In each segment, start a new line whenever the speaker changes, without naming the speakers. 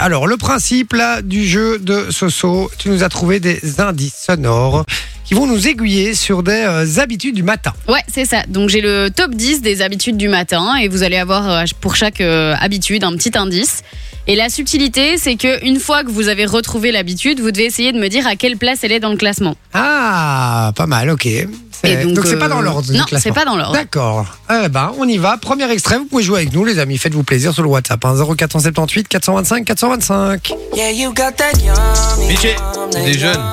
Alors, le principe là du jeu de Soso, tu nous as trouvé des indices sonores qui vont nous aiguiller sur des euh, habitudes du matin.
Ouais, c'est ça. Donc j'ai le top 10 des habitudes du matin et vous allez avoir euh, pour chaque euh, habitude un petit indice. Et la subtilité, c'est que une fois que vous avez retrouvé l'habitude, vous devez essayer de me dire à quelle place elle est dans le classement.
Ah, pas mal, ok. C'est-
Et
Eh, Donc,
donc,
c'est pas
euh,
dans l'ordre. du
non,
classement.
c'est pas dans l'ordre.
D'accord. Eh ben, on y va. Premier extrait, vous pouvez jouer avec nous, les amis. Faites-vous plaisir sur le WhatsApp. hein. 0478 425 425.
Yeah, you got that yummy.
Miché, tu déjeunes.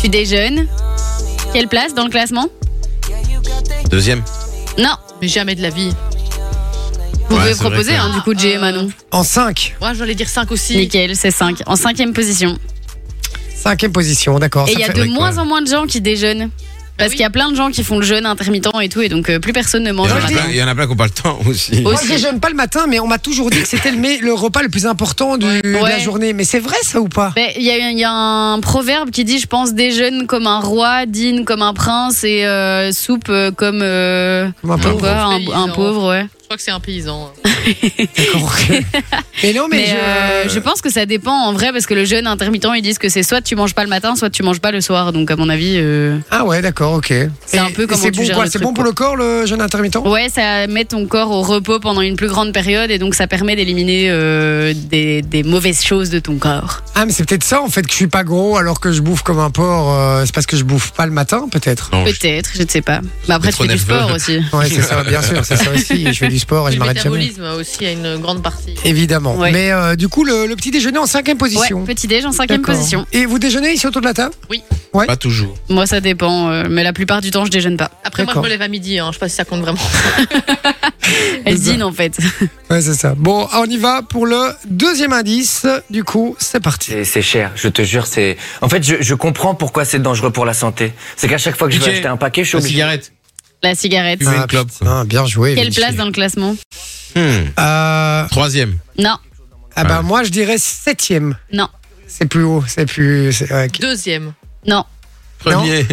Tu déjeunes. Quelle place dans le classement
Deuxième.
Non.
Mais jamais de la vie.
Vous
Ouais,
pouvez
c'est vrai
proposer,
que-
hein, du coup, Jay et Manon.
En 5.
Moi, j'allais dire 5 aussi.
Nickel, c'est 5. En cinquième position.
Cinquième position, d'accord.
et
ça
il y a
fait-
de
ouais,
moins
quoi.
en moins de gens qui déjeunent. Parce
oui.
qu'il y a plein de gens qui font le jeûne intermittent et tout, et donc euh, plus personne ne mange
Il y en
le
a
matin.
plein- il y en a plein qui n'ont pas le temps aussi.
Moi,
aussi.
je déjeune pas le matin, mais on m'a toujours dit que c'était le, mé- le repas le plus important du- de la
Ouais.
journée. Mais c'est vrai, ça ou pas
Ben, Il y, a- il y a un proverbe qui dit Je pense déjeune comme un roi, dîne comme un prince et euh, soupe euh, comme euh,
Comme un
tu
pauvre.
vois, un,
Paysan.
un pauvre. Ouais.
Je crois que c'est un paysan.
D'accord. mais non, mais,
Mais
je.
euh, je... pense que ça dépend en vrai parce que le jeûne intermittent, ils disent que c'est soit tu manges pas le matin, soit tu manges pas le soir. Donc, à mon avis, euh,
Ah ouais, d'accord, ok.
C'est un peu
Et- et
comment
C'est
tu
bon,
gères
quoi,
le
C'est
truc,
bon pour le corps, le jeûne intermittent
ouais, ça met ton corps au repos pendant une plus grande période et donc ça permet d'éliminer euh, des, des mauvaises choses de ton corps.
Ah, mais c'est peut-être ça, en fait, que je suis pas gros alors que je bouffe comme un porc. euh, c'est parce que je bouffe pas le matin, peut-être
Non, je-
Peut-être, je ne sais pas. Mais après, tu
trop
fais du
nerveux.
sport aussi.
Ouais, c'est ça, bien sûr, c'est ça aussi. Je fais du sport et je
Le
m'arrête jamais.
métabolisme aussi a une grande partie.
Évidemment.
Ouais.
Mais euh, du coup, le, le petit déjeuner en cinquième
Ouais,
position.
petit déj en cinquième
D'accord.
position.
Et vous déjeunez ici autour de la table
Pas toujours.
Moi, ça dépend, euh, mais la plupart du temps, je déjeune pas.
Après, moi, je
D'accord.
me lève à midi. Hein. Je sais pas si ça compte vraiment.
Elle dîne en fait.
Ouais, c'est ça. Bon, ah, on y va pour le deuxième indice. Du coup, c'est parti.
C'est- C'est cher, je te jure, c'est. En fait, je, je comprends pourquoi c'est dangereux pour la santé. C'est qu'à chaque fois que je vais
Miché,
acheter un paquet, je suis
La
obligé.
cigarette.
La cigarette.
Fumer une clope.
Ah, putain, bien joué.
Quelle
Vinci.
place hein. dans le classement
Hmm.
Euh,
Troisième.
Non,
Ah ben
Ouais.
moi je dirais septième.
non,
C'est plus haut, c'est plus. c'est- ouais, ok.
Deuxième.
non.
Premier.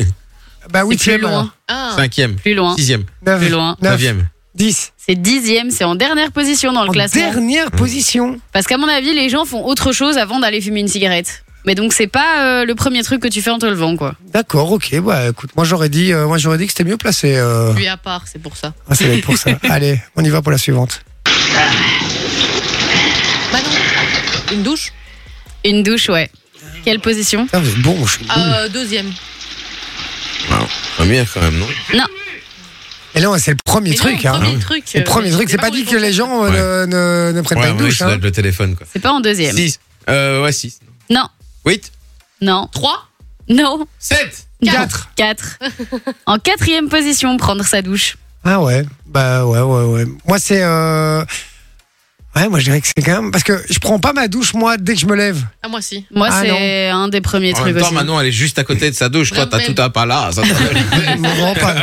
Bah
C'est plus
huitième.
loin.
Ah,
Cinquième.
Plus loin.
Sixième.
Neuf,
Plus loin.
neuf,
Neuvième.
dix.
C'est dixième, c'est en dernière position dans le
En
classement.
dernière
Mmh.
position.
Parce qu'à mon avis, les gens font autre chose avant d'aller fumer une cigarette. Mais donc, c'est pas euh, le premier truc que tu fais en te levant, quoi.
D'accord, ok. Bah écoute, moi j'aurais dit, euh, moi j'aurais dit que c'était mieux placé. euh.
lui à part, c'est pour ça.
Ah, c'est vrai pour ça. Allez, on y va pour la suivante.
Manon, une douche
Une douche, ouais. Quelle position
Putain, vous êtes bon, je suis bon.
Euh, Deuxième.
Ah, Première quand même, non
Non,
Et là, c'est le premier
Mais non,
truc. hein.
Premier euh, truc.
C'est le premier truc. C'est pas dit que les gens euh, ne, ne- ne prennent
Ouais,
pas une
ouais,
douche.
ça doit
hein.
être le téléphone quoi.
c'est pas en deuxième.
Six. Euh, ouais, six.
Non,
Huit.
non,
3
non.
Sept.
Quatre.
Quatre. en quatrième position, prendre sa douche.
Ah ouais. Bah ouais, ouais, ouais. Moi c'est. euh, Ouais, moi je dirais que c'est quand même parce que je prends pas ma douche moi dès que je me lève.
Ah, moi si.
Moi,
Ah,
c'est un des premiers
En
trucs
même temps,
aussi.
Manon, elle est juste à côté de sa douche. Toi, t'as
Vraiment.
tout un pas là. ça t'a-
Je comprends pas.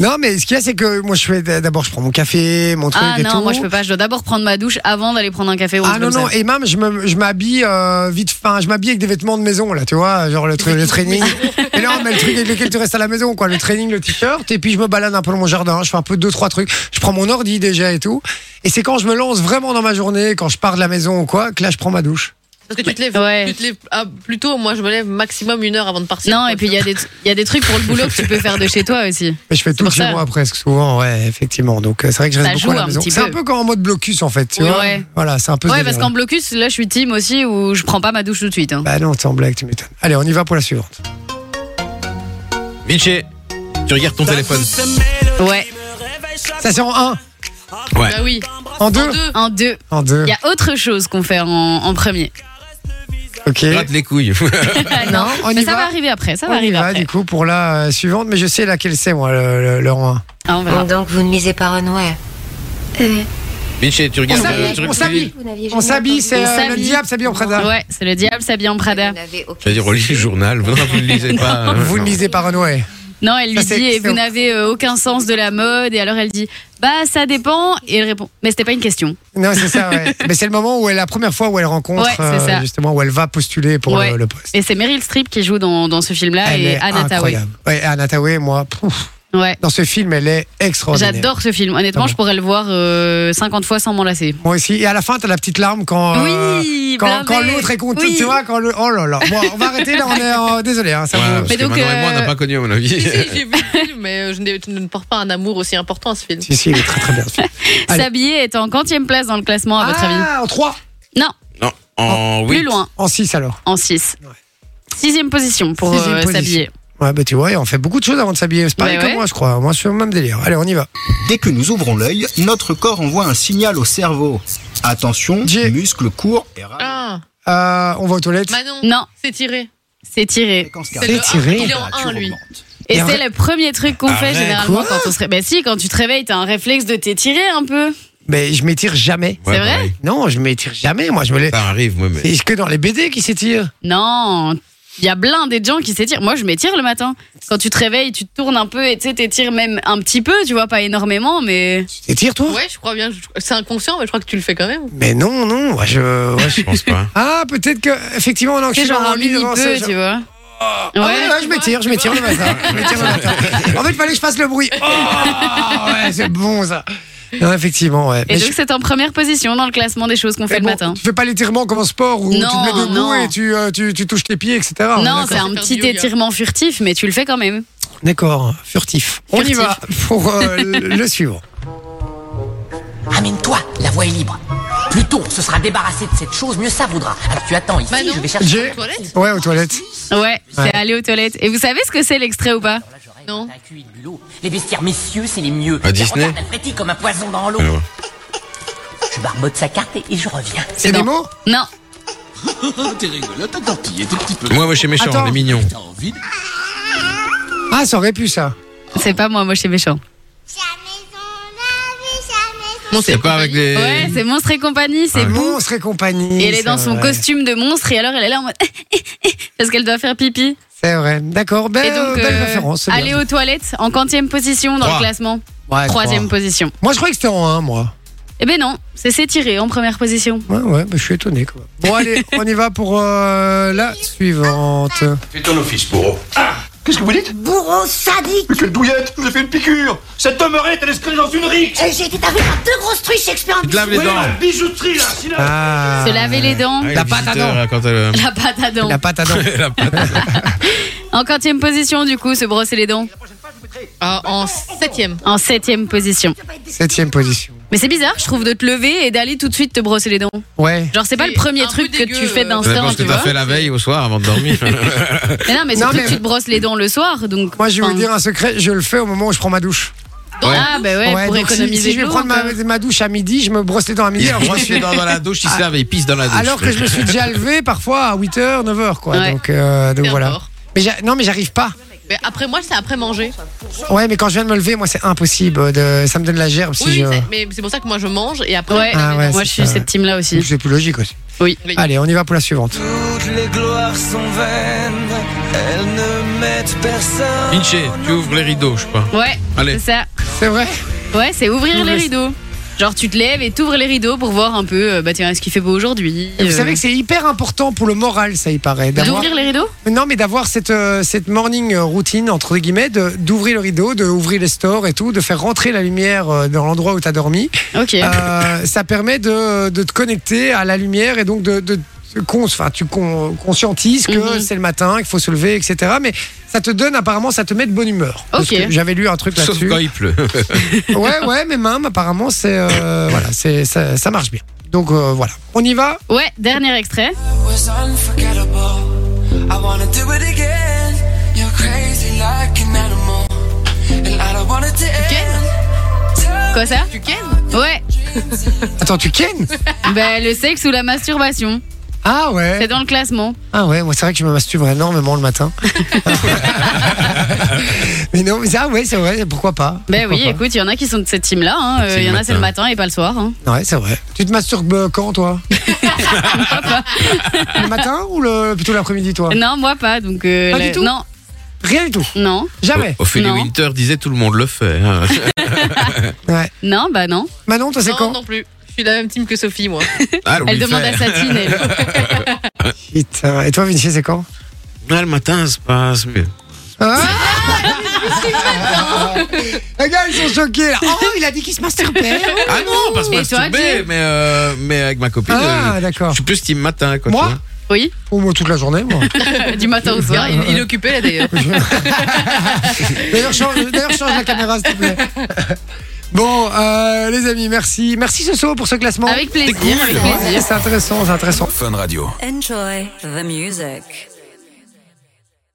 Non, mais ce qu'il y a, c'est que moi, je fais d'abord, je prends mon café, mon truc
Ah
et
non,
tout.
moi je peux pas. Je dois d'abord prendre ma douche avant d'aller prendre un café ou
Ah
un truc
non,
comme
non,
ça.
et même, je me- je m'habille euh, vite, fin, je m'habille avec des vêtements de maison, là, tu vois, genre le, tru- le training. Et non, mais le truc avec lequel tu restes à la maison, quoi, le training, le t-shirt, et puis je me balade un peu dans mon jardin, je fais un peu deux, trois trucs, je prends mon ordi déjà et tout. Et c'est quand je me lance vraiment dans ma journée, quand je pars de la maison ou quoi, que là, je prends ma douche.
Parce que tu te lèves,
Ouais.
tu te lèves ah, plus tôt. Moi, je me lève maximum une heure avant de partir.
Non, et puis il y, a des- il y a des trucs pour le boulot que tu peux faire de chez toi aussi.
Et je fais tout
pour
chez
ça.
moi presque, souvent, ouais, effectivement. Donc, euh, c'est vrai que je
Ça
reste beaucoup à
joue
la
un
maison.
petit
C'est un
peu.
peu comme en mode blocus, en fait, tu
Ouais,
vois.
ouais.
Voilà, c'est un peu ce
Ouais, parce
délire-là.
qu'en blocus, là je suis team aussi où je prends pas ma douche tout de suite. hein.
Bah non, t'es en blague, tu m'étonnes. Allez, on y va pour la suivante.
Vinci, tu regardes ton téléphone.
Bah
Ouais.
Ça, c'est en 1,
Ouais.
Bah oui.
en 2
deux.
En deux.
En 2.
Il y a autre chose qu'on fait en, en premier.
Ok.
Gratte les couilles.
Bah Non, on y
Mais ça
va.
va arriver après. Ça va
on y
arriver
va,
après.
du coup, pour la euh, suivante. Mais je sais laquelle c'est, moi, le, le, le rang 1.
Ah, on
Euh,
verra.
Donc vous ne misez pas Renouer.
Vinci, tu
On
regardes. euh,
s'habille,
tu
on
regardes-
s'habille.
Vous n'aviez
On s'habille,
On
c'est euh, le
s'habille.
diable s'habille en Prada.
Ouais, c'est le diable s'habille en Prada.
Je veux dire, relis le journal. Vous ne le lisez pas. hein.
Vous ne lisez pas Renoué.
Non, elle
Ça,
lui
c'est-
dit et
c'est-
vous n'avez euh, aucun sens de la mode. Et alors elle dit bah ça dépend. Et elle répond mais c'était pas une question.
Non, c'est ça, ouais. Mais c'est le moment où elle, la première fois où elle rencontre,
Ouais, c'est
euh,
ça.
justement, où elle va postuler pour
Ouais.
le, le poste.
Et c'est Meryl Streep qui joue dans, dans ce film là
Elle
et
est
Anna Tawai.
incroyable. Ouais, Anna Tawai, moi, pouf,
Ouais.
dans ce film, elle est extraordinaire.
J'adore ce film. Honnêtement,
Ah bon.
je pourrais le voir euh, 50 fois sans m'enlacer.
Moi aussi. Et à la fin, t'as la petite larme quand. euh,
oui,
Quand,
blindé.
quand l'autre est content,
Oui.
tu vois, quand le. Oh là là. Bon, on va arrêter là, on est. en- Désolé, hein, ça
Ouais,
vous-
parce
Mais
que
donc,
Manon et moi, on
euh,
n'a pas connu, à mon
Si,
avis.
si, j'ai vu le film, mais euh, je, n'ai- je ne porte pas un amour aussi important à ce film.
Si, si, il est très très bien. ce film. Allez.
S'habiller est en quantième place dans le classement, à votre avis
ah, en 3
Non,
Non, en
plus
huit.
loin,
En 6 alors.
en 6.
Ouais.
Sixième position pour
Sixième
euh,
position.
s'habiller.
Ouais, bah tu vois, on fait beaucoup de choses avant de s'habiller. C'est pareil
Mais
que
ouais.
moi, je crois. Moi, je suis au même délire. Allez, on y va.
Dès que nous ouvrons l'œil, notre corps envoie un signal au cerveau. Attention,
J'ai-
muscles courts et rames.
Ah,
Euh, on va aux toilettes.
Manon,
Non,
c'est tiré.
c'est tiré.
Fréquence
C'est
cardiaque,
le tiré.
Il est en
température
un, lui.
augmente.
Et
Et
c'est
en- Ah
le premier truc qu'on fait
Arrête,
généralement
quoi
quand on se réveille. Ben si, quand tu te réveilles, t'as un réflexe de t'étirer un peu.
Mais je m'étire jamais.
C'est vrai
pareil.
Non, je m'étire jamais. Moi, je me laisse.
bah Ça arrive, moi, mais.
C'est que dans les BD qui s'étirent.
Non, il y a plein des gens qui s'étirent. Moi, je m'étire le matin. Quand tu te réveilles, tu te tournes un peu et tu sais, t'étires même un petit peu, tu vois, pas énormément, mais.
Tu t'étires, toi
Ouais, je crois bien. je- C'est inconscient, mais je crois que tu le fais quand même.
Mais non, non. moi, je... ouais, je-
Je pense pas.
Ah, peut-être que. Effectivement, non, que
C'est
je suis
genre
dans mon
un
lit
mini
devant
peu,
ce-
tu vois.
Ah
Ouais.
ouais, ouais, je m'étire, je m'étire le matin. Je m'étire le matin. En fait, il fallait que je fasse le bruit. Oh, ouais, c'est bon ça. Non, effectivement, ouais.
Et
Mais
donc,
je-
c'est en première position dans le classement des choses qu'on
mais
fait
bon,
le matin.
Tu fais pas l'étirement comme en sport où tu
Non,
te mets debout
non.
et tu, euh, tu, tu touches tes pieds, etc. Ah, On est
Non,
d'accord.
c'est un
Faire
petit
du yoga.
étirement furtif, mais tu le fais quand même.
D'accord, furtif. On y
Furtif.
va pour euh, le suivant.
Amène-toi, la voie est libre. Plus tôt on se sera débarrassé de cette chose, mieux ça vaudra. Alors tu attends ici,
Manon
je vais chercher.
J'ai.
toilettes
Ouais, aux toilettes.
Ouais, c'est aller aux toilettes. Et vous savez ce que c'est l'extrait ou pas
Non.
Un cul et de bulot. Les vestiaires messieurs, c'est les mieux.
À Disney
Regarde Alfretti comme un poisson dans l'eau.
Alors,
Je barbote sa carte et, et je reviens.
C'est des
dans-
mots
Non,
Moi, moi, je suis méchant,
Attends.
on est mignon.
Ah, ça aurait pu ça.
c'est pas moi, moi je suis méchant.
Bon,
C'est pas avec les.
Ouais, c'est Monstre et compagnie, c'est
Ouais.
Boo.
Monstre et compagnie.
Et elle est dans
Ah c'est
son
vrai.
costume de monstre et alors elle est là en mode eh, parce qu'elle doit faire pipi.
C'est vrai. D'accord,
Et
belle,
donc
Eh, belle
euh,
référence. c'est bien.
aller aux toilettes en quantième position dans
Trois.
le classement,
Ouais,
troisième
trois.
position.
Moi, je croyais que c'était en 1, moi.
Eh ben non, c'est s'étirer en première position.
Ouais, ouais, bah, je suis étonné. Quoi. Bon, allez, on y va pour euh, la suivante.
Fais ton office, bourreau. Ah Qu'est-ce que vous dites
Bourreau sadique
Mais quelle douillette Je vous ai fait une piqûre Cette demeurette, elle est scellée dans une rixe
Euh, J'ai été tapé par deux grosses truies Shakespeare.
Tu te laves les
Oui,
dents.
la bijouterie, là, sinon-
Ah,
Se laver les dents,
Ah, il y a
La
des
pâte à
visiteurs,
dents.
là, quand elle- euh,
la pâte à dents.
la pâte à dents.
La pâte.
En quantième position du coup, se brosser les dents
Ah, en septième.
en septième position.
Septième position.
Mais c'est bizarre, je trouve, de te lever et d'aller tout de suite te brosser les dents.
Ouais.
Genre c'est pas
C'est
le premier
un
truc
peu
que
dégueu,
tu fais
euh.
Ça dépend
d'instinct,
ce que
tu
t'as
vois.
fait la veille au soir avant de dormir.
Mais non, mais
Non,
surtout
mais-
tu te brosses les dents le soir, donc.
Moi, je vais
enfin,
vous dire un secret, je le fais au moment où je prends ma douche.
dans- Ah bah ouais, pour
donc si-
économiser.
si, je vais
de l'eau,
prendre
un
ma,
peu.
ma douche à midi, je me brosse les dents à midi.
Il
Alors,
brosse les dents dans la douche, il se lave et il pisse dans la douche.
alors que je me suis déjà levé parfois à 8h, 9h, quoi.
Ouais.
Donc, euh, donc
C'est
voilà.
encore.
Mais j'a- non, mais j'arrive pas.
Mais après moi, c'est après manger.
Ouais, mais quand je viens de me lever, moi, c'est impossible. De... Ça me donne la gerbe si
Oui,
je.
c'est- mais c'est pour ça que moi je mange et après.
Ouais,
Ah ouais,
moi
c'est
je suis
ça, ouais.
cette team là aussi.
C'est plus logique aussi.
Oui.
Oui.
Allez, on y va pour la suivante.
Toutes les gloires sont vaines, elles ne mettent personne.
Vinci, tu ouvres les rideaux, je sais pas.
Ouais,
Allez.
c'est ça.
C'est vrai
Ouais, c'est ouvrir
Ouvre
les
les-
rideaux. Genre tu te lèves et t'ouvres les rideaux pour voir un peu, euh, bah tiens, est-ce qu'il fait beau aujourd'hui
Et Vous
euh,
savez que c'est hyper important pour le moral, ça, il paraît. d'avoir-
D'ouvrir les rideaux
Non, mais d'avoir cette, euh, cette morning euh, routine, entre guillemets, de- d'ouvrir le rideau, d'ouvrir les stores et tout, de faire rentrer la lumière euh, dans l'endroit où tu as dormi,
Ok.
Euh, ça permet de, de te connecter à la lumière et donc de. de de cons- Enfin, tu con- conscientises que
Mhm.
c'est le matin, qu'il faut se lever, etc. Mais ça te donne, apparemment, ça te met de bonne humeur. Parce
Ok.
que J'avais lu un truc
Sauf
là-dessus.
quand il pleut.
Ouais, ouais, mais même, apparemment, c'est euh, voilà, c'est ça, ça marche bien. Donc euh, voilà, on y va.
Ouais, dernier extrait.
was unforgettable. I wanna do it again. You're crazy like an animal, and I don't want it to end.
Quoi ça Ouais,
Attends, tu kennes
bah, le sexe ou la masturbation,
Ah ouais.
c'est dans le classement.
Ah ouais, moi c'est vrai que je me masturbe énormément le matin. mais non, mais ça, ouais, c'est vrai, pourquoi pas
Ben
Pourquoi
oui,
pas.
écoute, il y en a qui sont de cette team là, il
C'est
y
le
en a c'est le matin et pas le soir. hein.
Ouais, c'est vrai. Tu te masturbes euh, quand, toi Le matin ou le, plutôt l'après-midi, toi
Non, moi pas, donc. euh,
Ah. Pas
la-
du tout
Non,
Rien du tout,
non,
jamais.
Ophélie
Non.
Winter disait tout le monde le fait. hein.
Ouais.
non, bah non.
Manon, toi, c'est
Non,
quand
non plus. Je suis la même team que Sophie, moi.
Ah, le
Elle
oui
demande
fait.
à sa tine. elle.
Putain. Et toi, Vinci, c'est quand
Ah, le matin, ça se passe mieux.
Ah Les gars, ils sont choqués. là. Oh, il a dit qu'il se masturbait. hein.
Ah non, parce que
Et toi,
masturbé,
Jim
mais, euh, mais avec ma copine.
Ah,
euh,
d'accord.
Je suis plus team matin, quoi.
Moi
tu vois.
Oui,
Oh, moi, toute la journée, moi.
du matin au soir.
Il, il est occupé là d'ailleurs.
D'ailleurs, change, d'ailleurs, change la caméra, s'il te plaît. Bon, euh, les amis, merci. Merci, Soso, pour ce
Ah
classement.
Avec plaisir,
cool.
avec
Ouais,
plaisir.
C'est intéressant, c'est intéressant.
Fun Radio.
Enjoy the music.